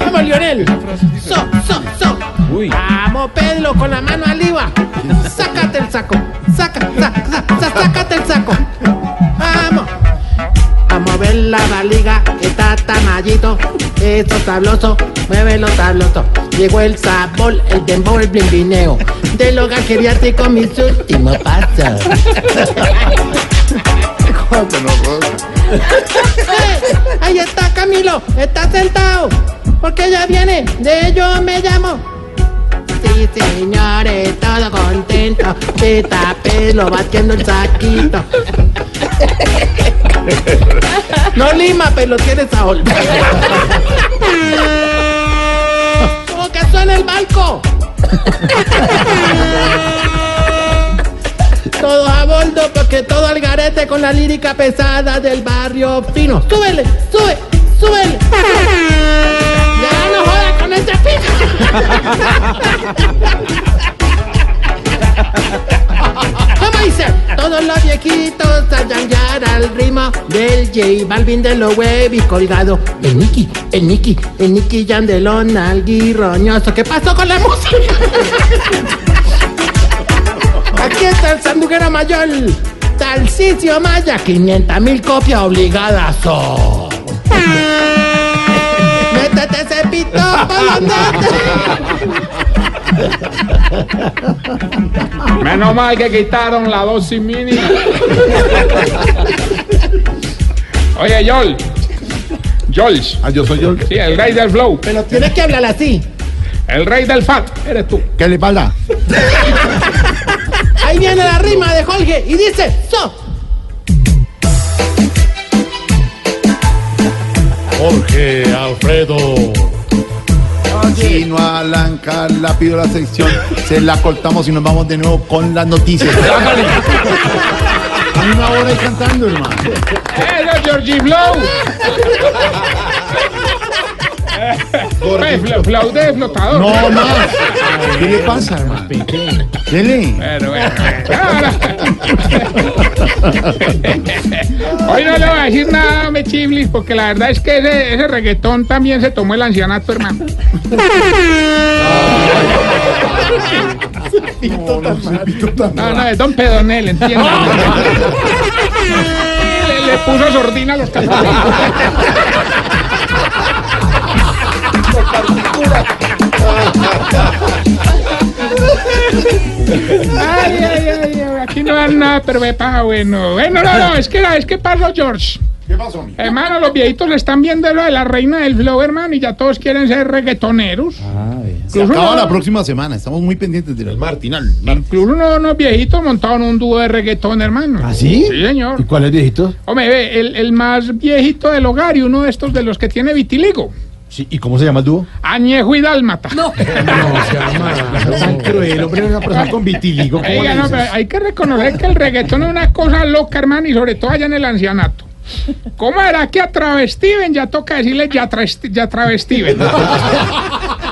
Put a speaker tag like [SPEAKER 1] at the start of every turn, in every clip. [SPEAKER 1] Vamos, Lionel. So, so, so.
[SPEAKER 2] Uy.
[SPEAKER 1] Vamos, Pedro, con la mano arriba. Sácate el saco. Saca, saca, saca, sácate el saco. Vamos. A mover la baliga, está tanallito, eso tabloso, muévelo tabloso. Llegó el sabor, el tembo, el blimbineo. Del hogar geriátrico, mis últimos pasos. ¡Eh! Ahí está Camilo, está sentado, porque ya viene, de yo me llamo. Sí, señores, todo contento, pita pelo, batiendo el saquito. No lima, pero tienes a olvidar. ¡Como que suena el barco! Todo a bordo porque todo al garete con la lírica pesada del barrio fino. ¡Súbele! ¡Sube! ¡Súbele! ¡Ya no jodas con este pico! ¿Cómo dice? Todos los viejitos a yanguear al ritmo del J Balvin de los y colgado. El Nicky, el Nicky, el Nicky Yandelón, alguirroñoso. ¿Qué pasó con la música? Aquí está el sanduquero mayor. Salsicio Maya, 500 mil copias obligadas. oh. Métete ese pito pa'
[SPEAKER 2] Menos mal que quitaron la dosis mínima. Oye, Joel. George.
[SPEAKER 3] Ah, yo soy yo.
[SPEAKER 2] Sí, el rey del flow.
[SPEAKER 1] Pero tienes que hablar así.
[SPEAKER 2] El rey del fat. Eres tú.
[SPEAKER 3] ¿Qué le pasa?
[SPEAKER 1] Ahí viene la rima de Jorge y dice so.
[SPEAKER 4] Jorge Alfredo.
[SPEAKER 3] Chino, Alan, Carla, pido la sección. Se la cortamos y nos vamos de nuevo con las noticias. Una hora ahí cantando, hermano.
[SPEAKER 2] ¡Eres Georgie Flow! Eh, Flow Flow de flotador.
[SPEAKER 3] No más. ¿Qué le pasa, hermano? Dele.
[SPEAKER 2] Bueno, bueno, bueno. Ahora. Hoy no le voy a decir nada, me chiblis, porque la verdad es que ese, ese reggaetón también se tomó el ancianato, hermano. No, no, es Don Pedonel, entiendo. Le, le puso sordina a los catalanes. Ay, ay, ay, ay, aquí no dan nada, pero me paga bueno. Bueno, no, no, es que, es que pasó, George.
[SPEAKER 3] ¿Qué pasó, mi?
[SPEAKER 2] Hermano, los viejitos le están viendo lo de la reina del flow, hermano, y ya todos quieren ser reggaetoneros.
[SPEAKER 3] Se acaba la próxima semana. Estamos muy pendientes del Martinal.
[SPEAKER 2] Incluso uno- unos viejitos montaron un dúo de reggaetón, hermano.
[SPEAKER 4] ¿Ah, sí?
[SPEAKER 2] Sí, señor.
[SPEAKER 4] ¿Y cuál es viejito?
[SPEAKER 2] Hombre, ve, el, el más viejito del hogar y uno de estos de los que tiene vitiligo.
[SPEAKER 4] Sí, ¿Y cómo se llama el dúo?
[SPEAKER 2] Añejo y Dálmata. No,
[SPEAKER 4] No, se llama. Tan cruel, hombre, una persona con vitiligo. ¿cómo le
[SPEAKER 2] Oiga, no,
[SPEAKER 4] dices?
[SPEAKER 2] pero hay que reconocer que el reggaetón es una cosa loca, hermano, y sobre todo allá en el ancianato. ¿Cómo era que a Travestiven ya toca decirle ya, travesti- ya Travestiven?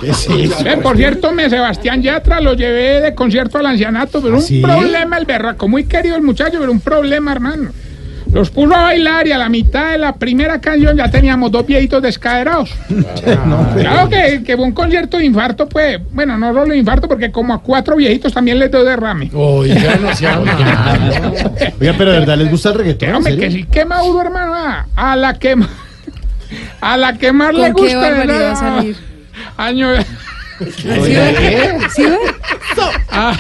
[SPEAKER 4] ¿Qué es eso?
[SPEAKER 2] Eh, por cierto, me Sebastián Yatra lo llevé de concierto al ancianato, pero un
[SPEAKER 4] ¿Sí?
[SPEAKER 2] problema el berraco, muy querido el muchacho, pero un problema, hermano. Los puso a bailar y a la mitad de la primera canción ya teníamos dos viejitos descaderados. Ah, Claro que, que fue un concierto de infarto, pues, bueno, no solo de infarto, porque como a cuatro viejitos también les dio derrame.
[SPEAKER 4] Oiga, no se llama. Oiga, pero de verdad les gusta el reggaetón.
[SPEAKER 2] Que,
[SPEAKER 4] ¿En
[SPEAKER 2] hombre,
[SPEAKER 4] serio?
[SPEAKER 2] que si quema duro, hermano, ah, a, la que a la que más le
[SPEAKER 5] ¿Con qué
[SPEAKER 2] gusta.
[SPEAKER 5] barbaridad
[SPEAKER 2] ¿verdad?
[SPEAKER 5] salir?
[SPEAKER 2] Año-
[SPEAKER 4] Oiga, ¿qué?
[SPEAKER 5] ¿Sí ve?
[SPEAKER 2] a, Ah,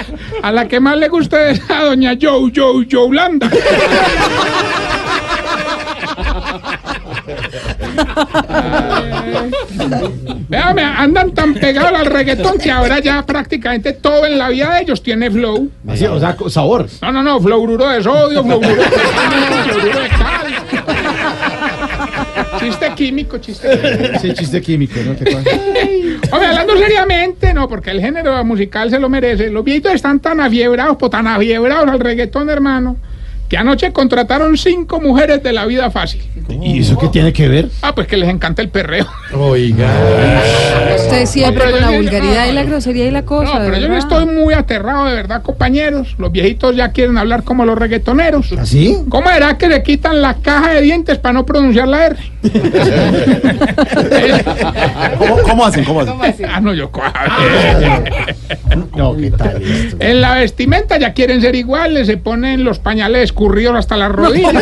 [SPEAKER 2] a la que más le gusta es a doña Joe, Joe, Yolanda. Ay. Véame, andan tan pegados al reggaetón que ahora ya prácticamente todo en la vida de ellos tiene flow.
[SPEAKER 4] Así, o sea, co- sabor.
[SPEAKER 2] No, no, no, fluoruro de sodio, fluoruro de cal, fluoruro de cal. Chiste químico, chiste químico.
[SPEAKER 4] Ese chiste químico, ¿no? ¿Qué cosa?
[SPEAKER 2] Hombre, hablando seriamente, no, porque el género musical se lo merece. Los viejitos están tan aviebrados, po, tan aviebrados al reggaetón, hermano, que anoche contrataron cinco mujeres de la vida fácil.
[SPEAKER 4] ¿Y eso qué tiene que ver?
[SPEAKER 2] Ah, pues que les encanta el perreo.
[SPEAKER 4] Oiga.
[SPEAKER 5] Usted siempre
[SPEAKER 2] pero
[SPEAKER 5] con
[SPEAKER 2] yo
[SPEAKER 5] la
[SPEAKER 2] sí-
[SPEAKER 5] vulgaridad y la
[SPEAKER 2] no.
[SPEAKER 5] grosería y la
[SPEAKER 2] No,
[SPEAKER 5] cosa,
[SPEAKER 2] pero yo no
[SPEAKER 5] Pues ¿verdad?
[SPEAKER 2] estoy muy aterrado, de verdad, compañeros. Los viejitos ya quieren hablar como los reggaetoneros.
[SPEAKER 4] ¿Así?
[SPEAKER 2] ¿Cómo era que le quitan la caja de dientes para no pronunciar la R?
[SPEAKER 3] ¿Cómo, cómo hacen? ¿Cómo hacen?
[SPEAKER 2] ah, no, yo
[SPEAKER 5] Ah,
[SPEAKER 2] cuadro.
[SPEAKER 4] No, ¿qué tal esto?
[SPEAKER 2] En la vestimenta ya quieren ser iguales, se ponen los pañales escurridos hasta las rodillas.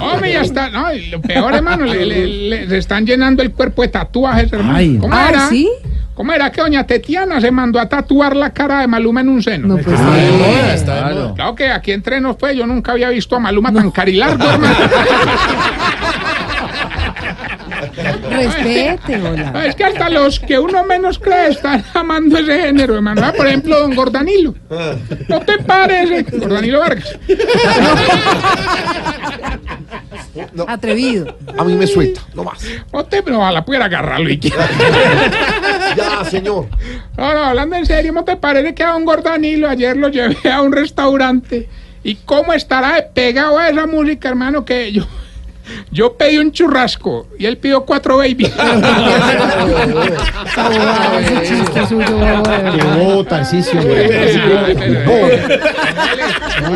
[SPEAKER 2] Hombre, ya está. No, y lo peor, hermano, le, le- le- se están llenando el cuerpo de tatuajes, hermano.
[SPEAKER 4] Ay.
[SPEAKER 2] ¿Cómo
[SPEAKER 5] Ah,
[SPEAKER 2] era?
[SPEAKER 5] ¿sí?
[SPEAKER 2] ¿Cómo era que doña Tetiana se mandó a tatuar la cara de Maluma en un seno?
[SPEAKER 5] No, pues
[SPEAKER 4] Ah,
[SPEAKER 3] Claro.
[SPEAKER 2] Claro que aquí entre nos fue, yo nunca había visto a Maluma tan carilargo, hermano.
[SPEAKER 5] respete, hola.
[SPEAKER 2] No, Ah, es que hasta los que uno menos cree están amando ese género, hermano. Ah, Por ejemplo, don Gordanilo. ¿No te parece? Gordanilo Vargas.
[SPEAKER 5] Atrevido.
[SPEAKER 3] A mí me suelta, no más.
[SPEAKER 2] No te, pero a la pudiera agarrarlo y
[SPEAKER 3] Ya, señor.
[SPEAKER 2] No, no, hablando en serio, ¿no te parece que a don Gordanilo ayer lo llevé a un restaurante? ¿Y cómo estará de pegado a esa música, hermano? Que yo, yo pedí un churrasco y él pidió cuatro babies.
[SPEAKER 5] Está bobado, Ah, ese chiste suyo, bobo, de verdad.
[SPEAKER 4] Llegó Tarcisio.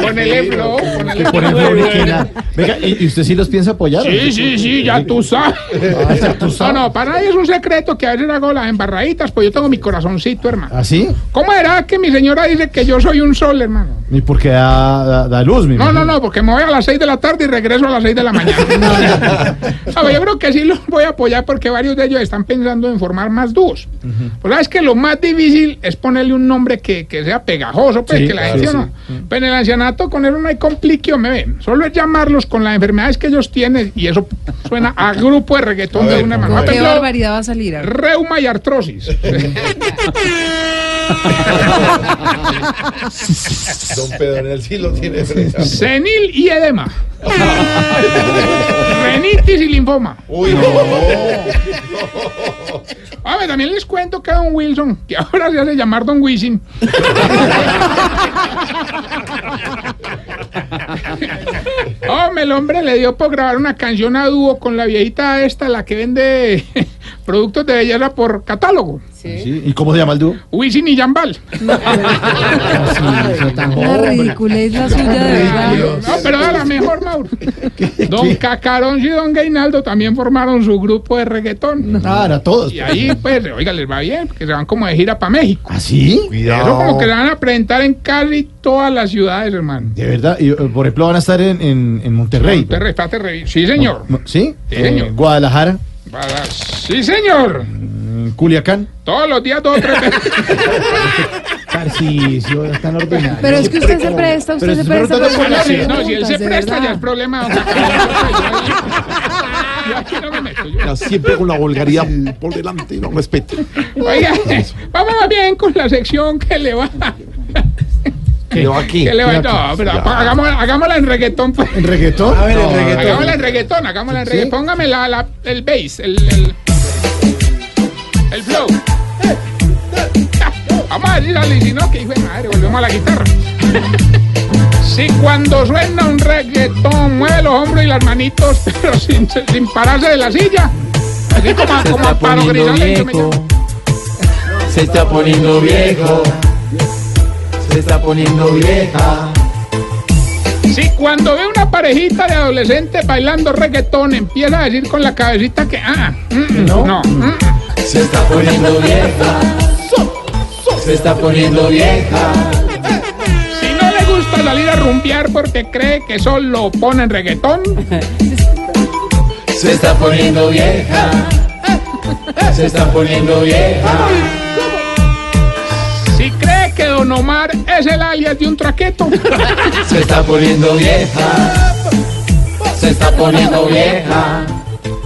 [SPEAKER 2] Ponele flow, ponele
[SPEAKER 4] Por
[SPEAKER 2] flow.
[SPEAKER 4] ejemplo, Niquela. Venga, ¿y, y usted sí los piensa apoyar?
[SPEAKER 2] Sí, sí, sí, ya tú sabes.
[SPEAKER 4] Ah, ya tú
[SPEAKER 2] No,
[SPEAKER 4] sabes.
[SPEAKER 2] no, para nadie es un secreto que a veces hago las embarraditas, pues yo tengo mi corazoncito, hermano.
[SPEAKER 4] ¿Ah, sí?
[SPEAKER 2] ¿Cómo era que mi señora dice que yo soy un sol, hermano?
[SPEAKER 4] Ni porque da, da- da luz, mi
[SPEAKER 2] No, no, no, porque me voy a las 6 de la tarde y regreso a las 6 de la mañana. A ver, yo creo que sí los voy a apoyar porque varios de ellos están pensando en formar más dúos. Pues sabes que lo más difícil es ponerle un nombre que, que sea pegajoso, pues
[SPEAKER 4] Sí,
[SPEAKER 2] que la
[SPEAKER 4] claro,
[SPEAKER 2] gente
[SPEAKER 4] sí.
[SPEAKER 2] no. Pero en el ancianato con eso no hay complique, me ven. Solo es llamarlos con las enfermedades que ellos tienen y eso suena a grupo de reggaetón
[SPEAKER 3] A
[SPEAKER 2] de
[SPEAKER 3] ver,
[SPEAKER 2] una
[SPEAKER 3] a
[SPEAKER 2] mano.
[SPEAKER 3] ver.
[SPEAKER 2] Por
[SPEAKER 5] Qué
[SPEAKER 2] ejemplo,
[SPEAKER 5] barbaridad va a salir. a ver.
[SPEAKER 2] Reuma y artrosis.
[SPEAKER 3] Don Pedro en el cielo tiene fresa.
[SPEAKER 2] Senil y edema. Renitis y linfoma.
[SPEAKER 3] Uy, no.
[SPEAKER 2] A ver, también les cuento que a Don Wilson, que ahora se hace llamar Don Wisin. Hombre, el hombre le dio por grabar una canción a dúo con la viejita esta, la que vende productos de belleza por catálogo.
[SPEAKER 4] Sí, ¿Y cómo se llama el dúo? Ah,
[SPEAKER 2] Wisin y Jambal.
[SPEAKER 5] Una ridiculez la suya, de verdad.
[SPEAKER 2] No, pero a la mejor, Mauro. Don Cacarón y Don Gainaldo también formaron su grupo de reggaetón.
[SPEAKER 4] Ah, era todos.
[SPEAKER 2] Y ahí, pues, oiga, les va bien, porque se van como de gira para México.
[SPEAKER 4] ¿Ah, sí?
[SPEAKER 2] Eso como
[SPEAKER 3] Cuidado.
[SPEAKER 2] que se van a presentar en casi todas las ciudades, hermano.
[SPEAKER 4] De verdad, y, eh, por ejemplo, van a estar en, en, en Monterrey.
[SPEAKER 2] Te restate revi- Sí, señor.
[SPEAKER 4] Mo- ¿Sí?
[SPEAKER 2] Sí,
[SPEAKER 4] Eh,
[SPEAKER 2] señor.
[SPEAKER 4] Guadalajara,
[SPEAKER 2] Para- Sí, señor.
[SPEAKER 4] mm, Culiacán.
[SPEAKER 2] Todos los días, dos o tres veces.
[SPEAKER 4] Tarcicio, están ordenados.
[SPEAKER 5] Pero es que usted se presta, usted
[SPEAKER 4] Pero
[SPEAKER 5] se
[SPEAKER 4] si
[SPEAKER 5] presta.
[SPEAKER 4] preguntas de
[SPEAKER 5] para
[SPEAKER 2] No,
[SPEAKER 5] las
[SPEAKER 2] si- no, si él
[SPEAKER 5] preguntas,
[SPEAKER 2] se
[SPEAKER 5] de
[SPEAKER 2] presta, ya
[SPEAKER 5] verdad.
[SPEAKER 2] el problema. don Cacarón. Yo aquí no me meto, yo-
[SPEAKER 3] Siempre con la vulgaridad por delante y no respete.
[SPEAKER 2] Oiga, vamos más bien con la sección que le va.
[SPEAKER 3] Yo aquí.
[SPEAKER 2] Que le va. No, pero hagámosla, hagámosla en reggaetón, pues.
[SPEAKER 4] ¿En reggaetón? A ver, en
[SPEAKER 2] Hagámosla en reggaetón, hagámosla en
[SPEAKER 4] ¿Sí?
[SPEAKER 2] reggaetón. Póngame la, la- el bass, el, el, el flow. Vamos a decir a Lizzy, no, que hijo de madre, volvemos a la guitarra. Si cuando suena un reggaetón mueve los hombros y las manitos, pero sin, sin pararse de la silla. Así como, a- como a paro Grisales, yo me llamo.
[SPEAKER 6] Se está poniendo viejo. Se está poniendo vieja.
[SPEAKER 2] Si cuando ve una parejita de adolescentes bailando reggaetón empieza a decir con la cabecita que ah, mm, no, mm,
[SPEAKER 6] Se está poniendo vieja. Se está poniendo vieja.
[SPEAKER 2] Si no le gusta salir a rumbear porque cree que solo ponen reggaetón,
[SPEAKER 6] Se está poniendo vieja. Se está poniendo vieja.
[SPEAKER 2] si cree que Don Omar es el alias de un traqueto,
[SPEAKER 6] Se está poniendo vieja. Se está poniendo vieja.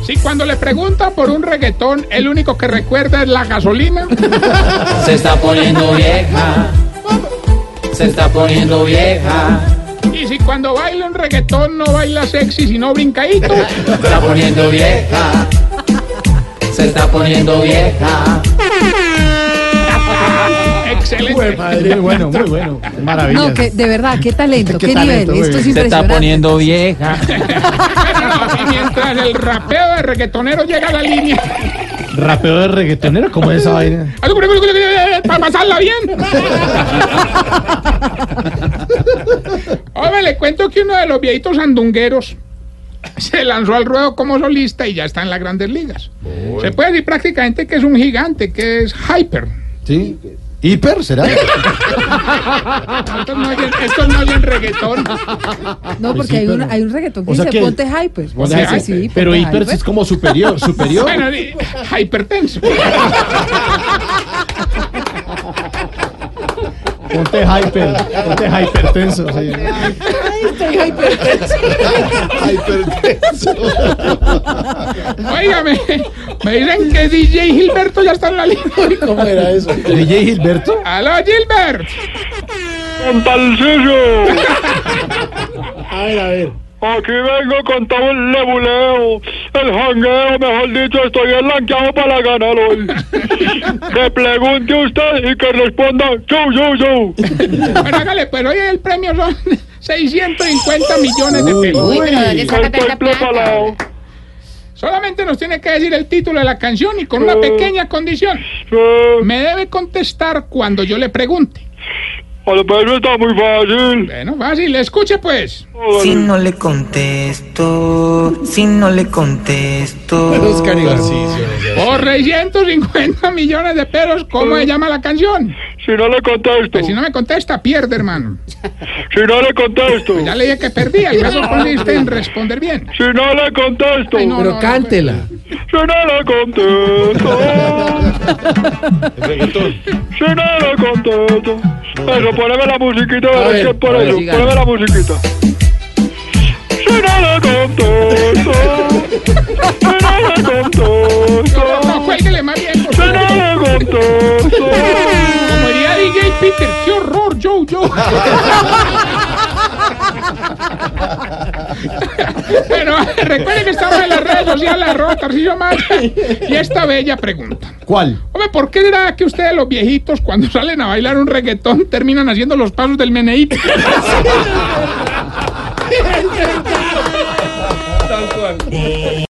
[SPEAKER 2] si cuando le preguntan por un reggaetón, el único que recuerda es la gasolina,
[SPEAKER 6] Se está poniendo vieja. Se está poniendo vieja.
[SPEAKER 2] y si cuando baila un reggaetón no baila sexy sino brincadito,
[SPEAKER 6] Se está poniendo vieja. Se está poniendo vieja.
[SPEAKER 2] excelente.
[SPEAKER 4] Muy bueno, muy bueno. Maravilla.
[SPEAKER 5] No, que de verdad, qué talento,
[SPEAKER 4] Qué
[SPEAKER 5] qué,
[SPEAKER 4] talento,
[SPEAKER 5] nivel. Esto
[SPEAKER 4] güey. Se
[SPEAKER 5] es
[SPEAKER 6] Se está
[SPEAKER 5] impresionante.
[SPEAKER 6] poniendo vieja.
[SPEAKER 2] No, y mientras el rapeo de reggaetonero llega a la línea,
[SPEAKER 4] Rapeo de reggaetonero, ¿cómo es esa vaina?
[SPEAKER 2] Ah, para pasarla bien. Hombre, le cuento que uno de los viejitos andungueros se lanzó al ruedo como solista y ya está en las grandes ligas. Se puede decir prácticamente que es un gigante, que es hyper.
[SPEAKER 4] ¿Sí? ¿Hiper será?
[SPEAKER 2] Estos no oyen, estos no oyen reggaetón.
[SPEAKER 5] No, porque hay, un, hay un reggaetón que
[SPEAKER 4] O sea
[SPEAKER 5] dice
[SPEAKER 4] que-
[SPEAKER 5] ponte hyper.
[SPEAKER 4] O sea,
[SPEAKER 5] Sí, sí, sí,
[SPEAKER 4] pero
[SPEAKER 5] ponte
[SPEAKER 4] hiper sí es como superior, superior.
[SPEAKER 2] Bueno, di- hypertenso.
[SPEAKER 4] Ponte hyper, ponte hypertenso. sí.
[SPEAKER 5] Estoy hyper.
[SPEAKER 3] Hypertenso.
[SPEAKER 2] Óigame, me dicen que DJ Gilberto ya está en la liga.
[SPEAKER 4] ¿Cómo era eso? DJ Gilberto.
[SPEAKER 2] ¡Aló, Gilbert!
[SPEAKER 7] Don Tarcisio,
[SPEAKER 4] A ver, a ver.
[SPEAKER 7] aquí vengo con todo el lebuleo, el jangueo, mejor dicho, estoy enlanqueado para ganar hoy. Que pregunte usted y que responda, yo, yo, yo.
[SPEAKER 2] Bueno, hágale, pero hoy el premio son 650 millones de pesos.
[SPEAKER 8] Uy, pero ¿dónde saca
[SPEAKER 7] Estoy
[SPEAKER 8] tanta
[SPEAKER 7] preparado.
[SPEAKER 8] plata?
[SPEAKER 2] Solamente nos tiene que decir el título de la canción y con una pequeña condición.
[SPEAKER 7] Sí,
[SPEAKER 2] Me debe contestar cuando yo le pregunte.
[SPEAKER 7] al perro está muy fácil.
[SPEAKER 2] Bueno, fácil, escuche pues.
[SPEAKER 9] Si no le contesto, si no le contesto.
[SPEAKER 4] Oscar y García.
[SPEAKER 2] Por 650 millones de pesos, ¿cómo se llama la canción?
[SPEAKER 7] Si no le contesto,
[SPEAKER 2] Pues si no me contesta, pierde, hermano.
[SPEAKER 7] si no le contesto,
[SPEAKER 2] Pues Ya le dije que perdía, el caso consiste en responder bien.
[SPEAKER 7] si no le contesto,
[SPEAKER 2] Ay, no, no,
[SPEAKER 8] Pero
[SPEAKER 2] no,
[SPEAKER 8] cántela.
[SPEAKER 7] si no le contesto. Si no le contesto. Eso, poneme la musiquita de
[SPEAKER 8] ver,
[SPEAKER 7] Recién por
[SPEAKER 8] a ver,
[SPEAKER 7] eso.
[SPEAKER 8] sigan.
[SPEAKER 7] Poneme la musiquita. Si no le contesto. Si no le contesto.
[SPEAKER 2] No, no, cuélguele más bien, por
[SPEAKER 7] Si
[SPEAKER 2] favor.
[SPEAKER 7] no le contesto.
[SPEAKER 2] Como diría DJ Peter, qué horror, yo, yo. Pero recuerden que estamos en las redes sociales, arroba Tarcillo Mata, y esta bella pregunta.
[SPEAKER 4] ¿Cuál?
[SPEAKER 2] Hombre, ¿por qué será que ustedes los viejitos cuando salen a bailar un reggaetón terminan haciendo los pasos del meneíto?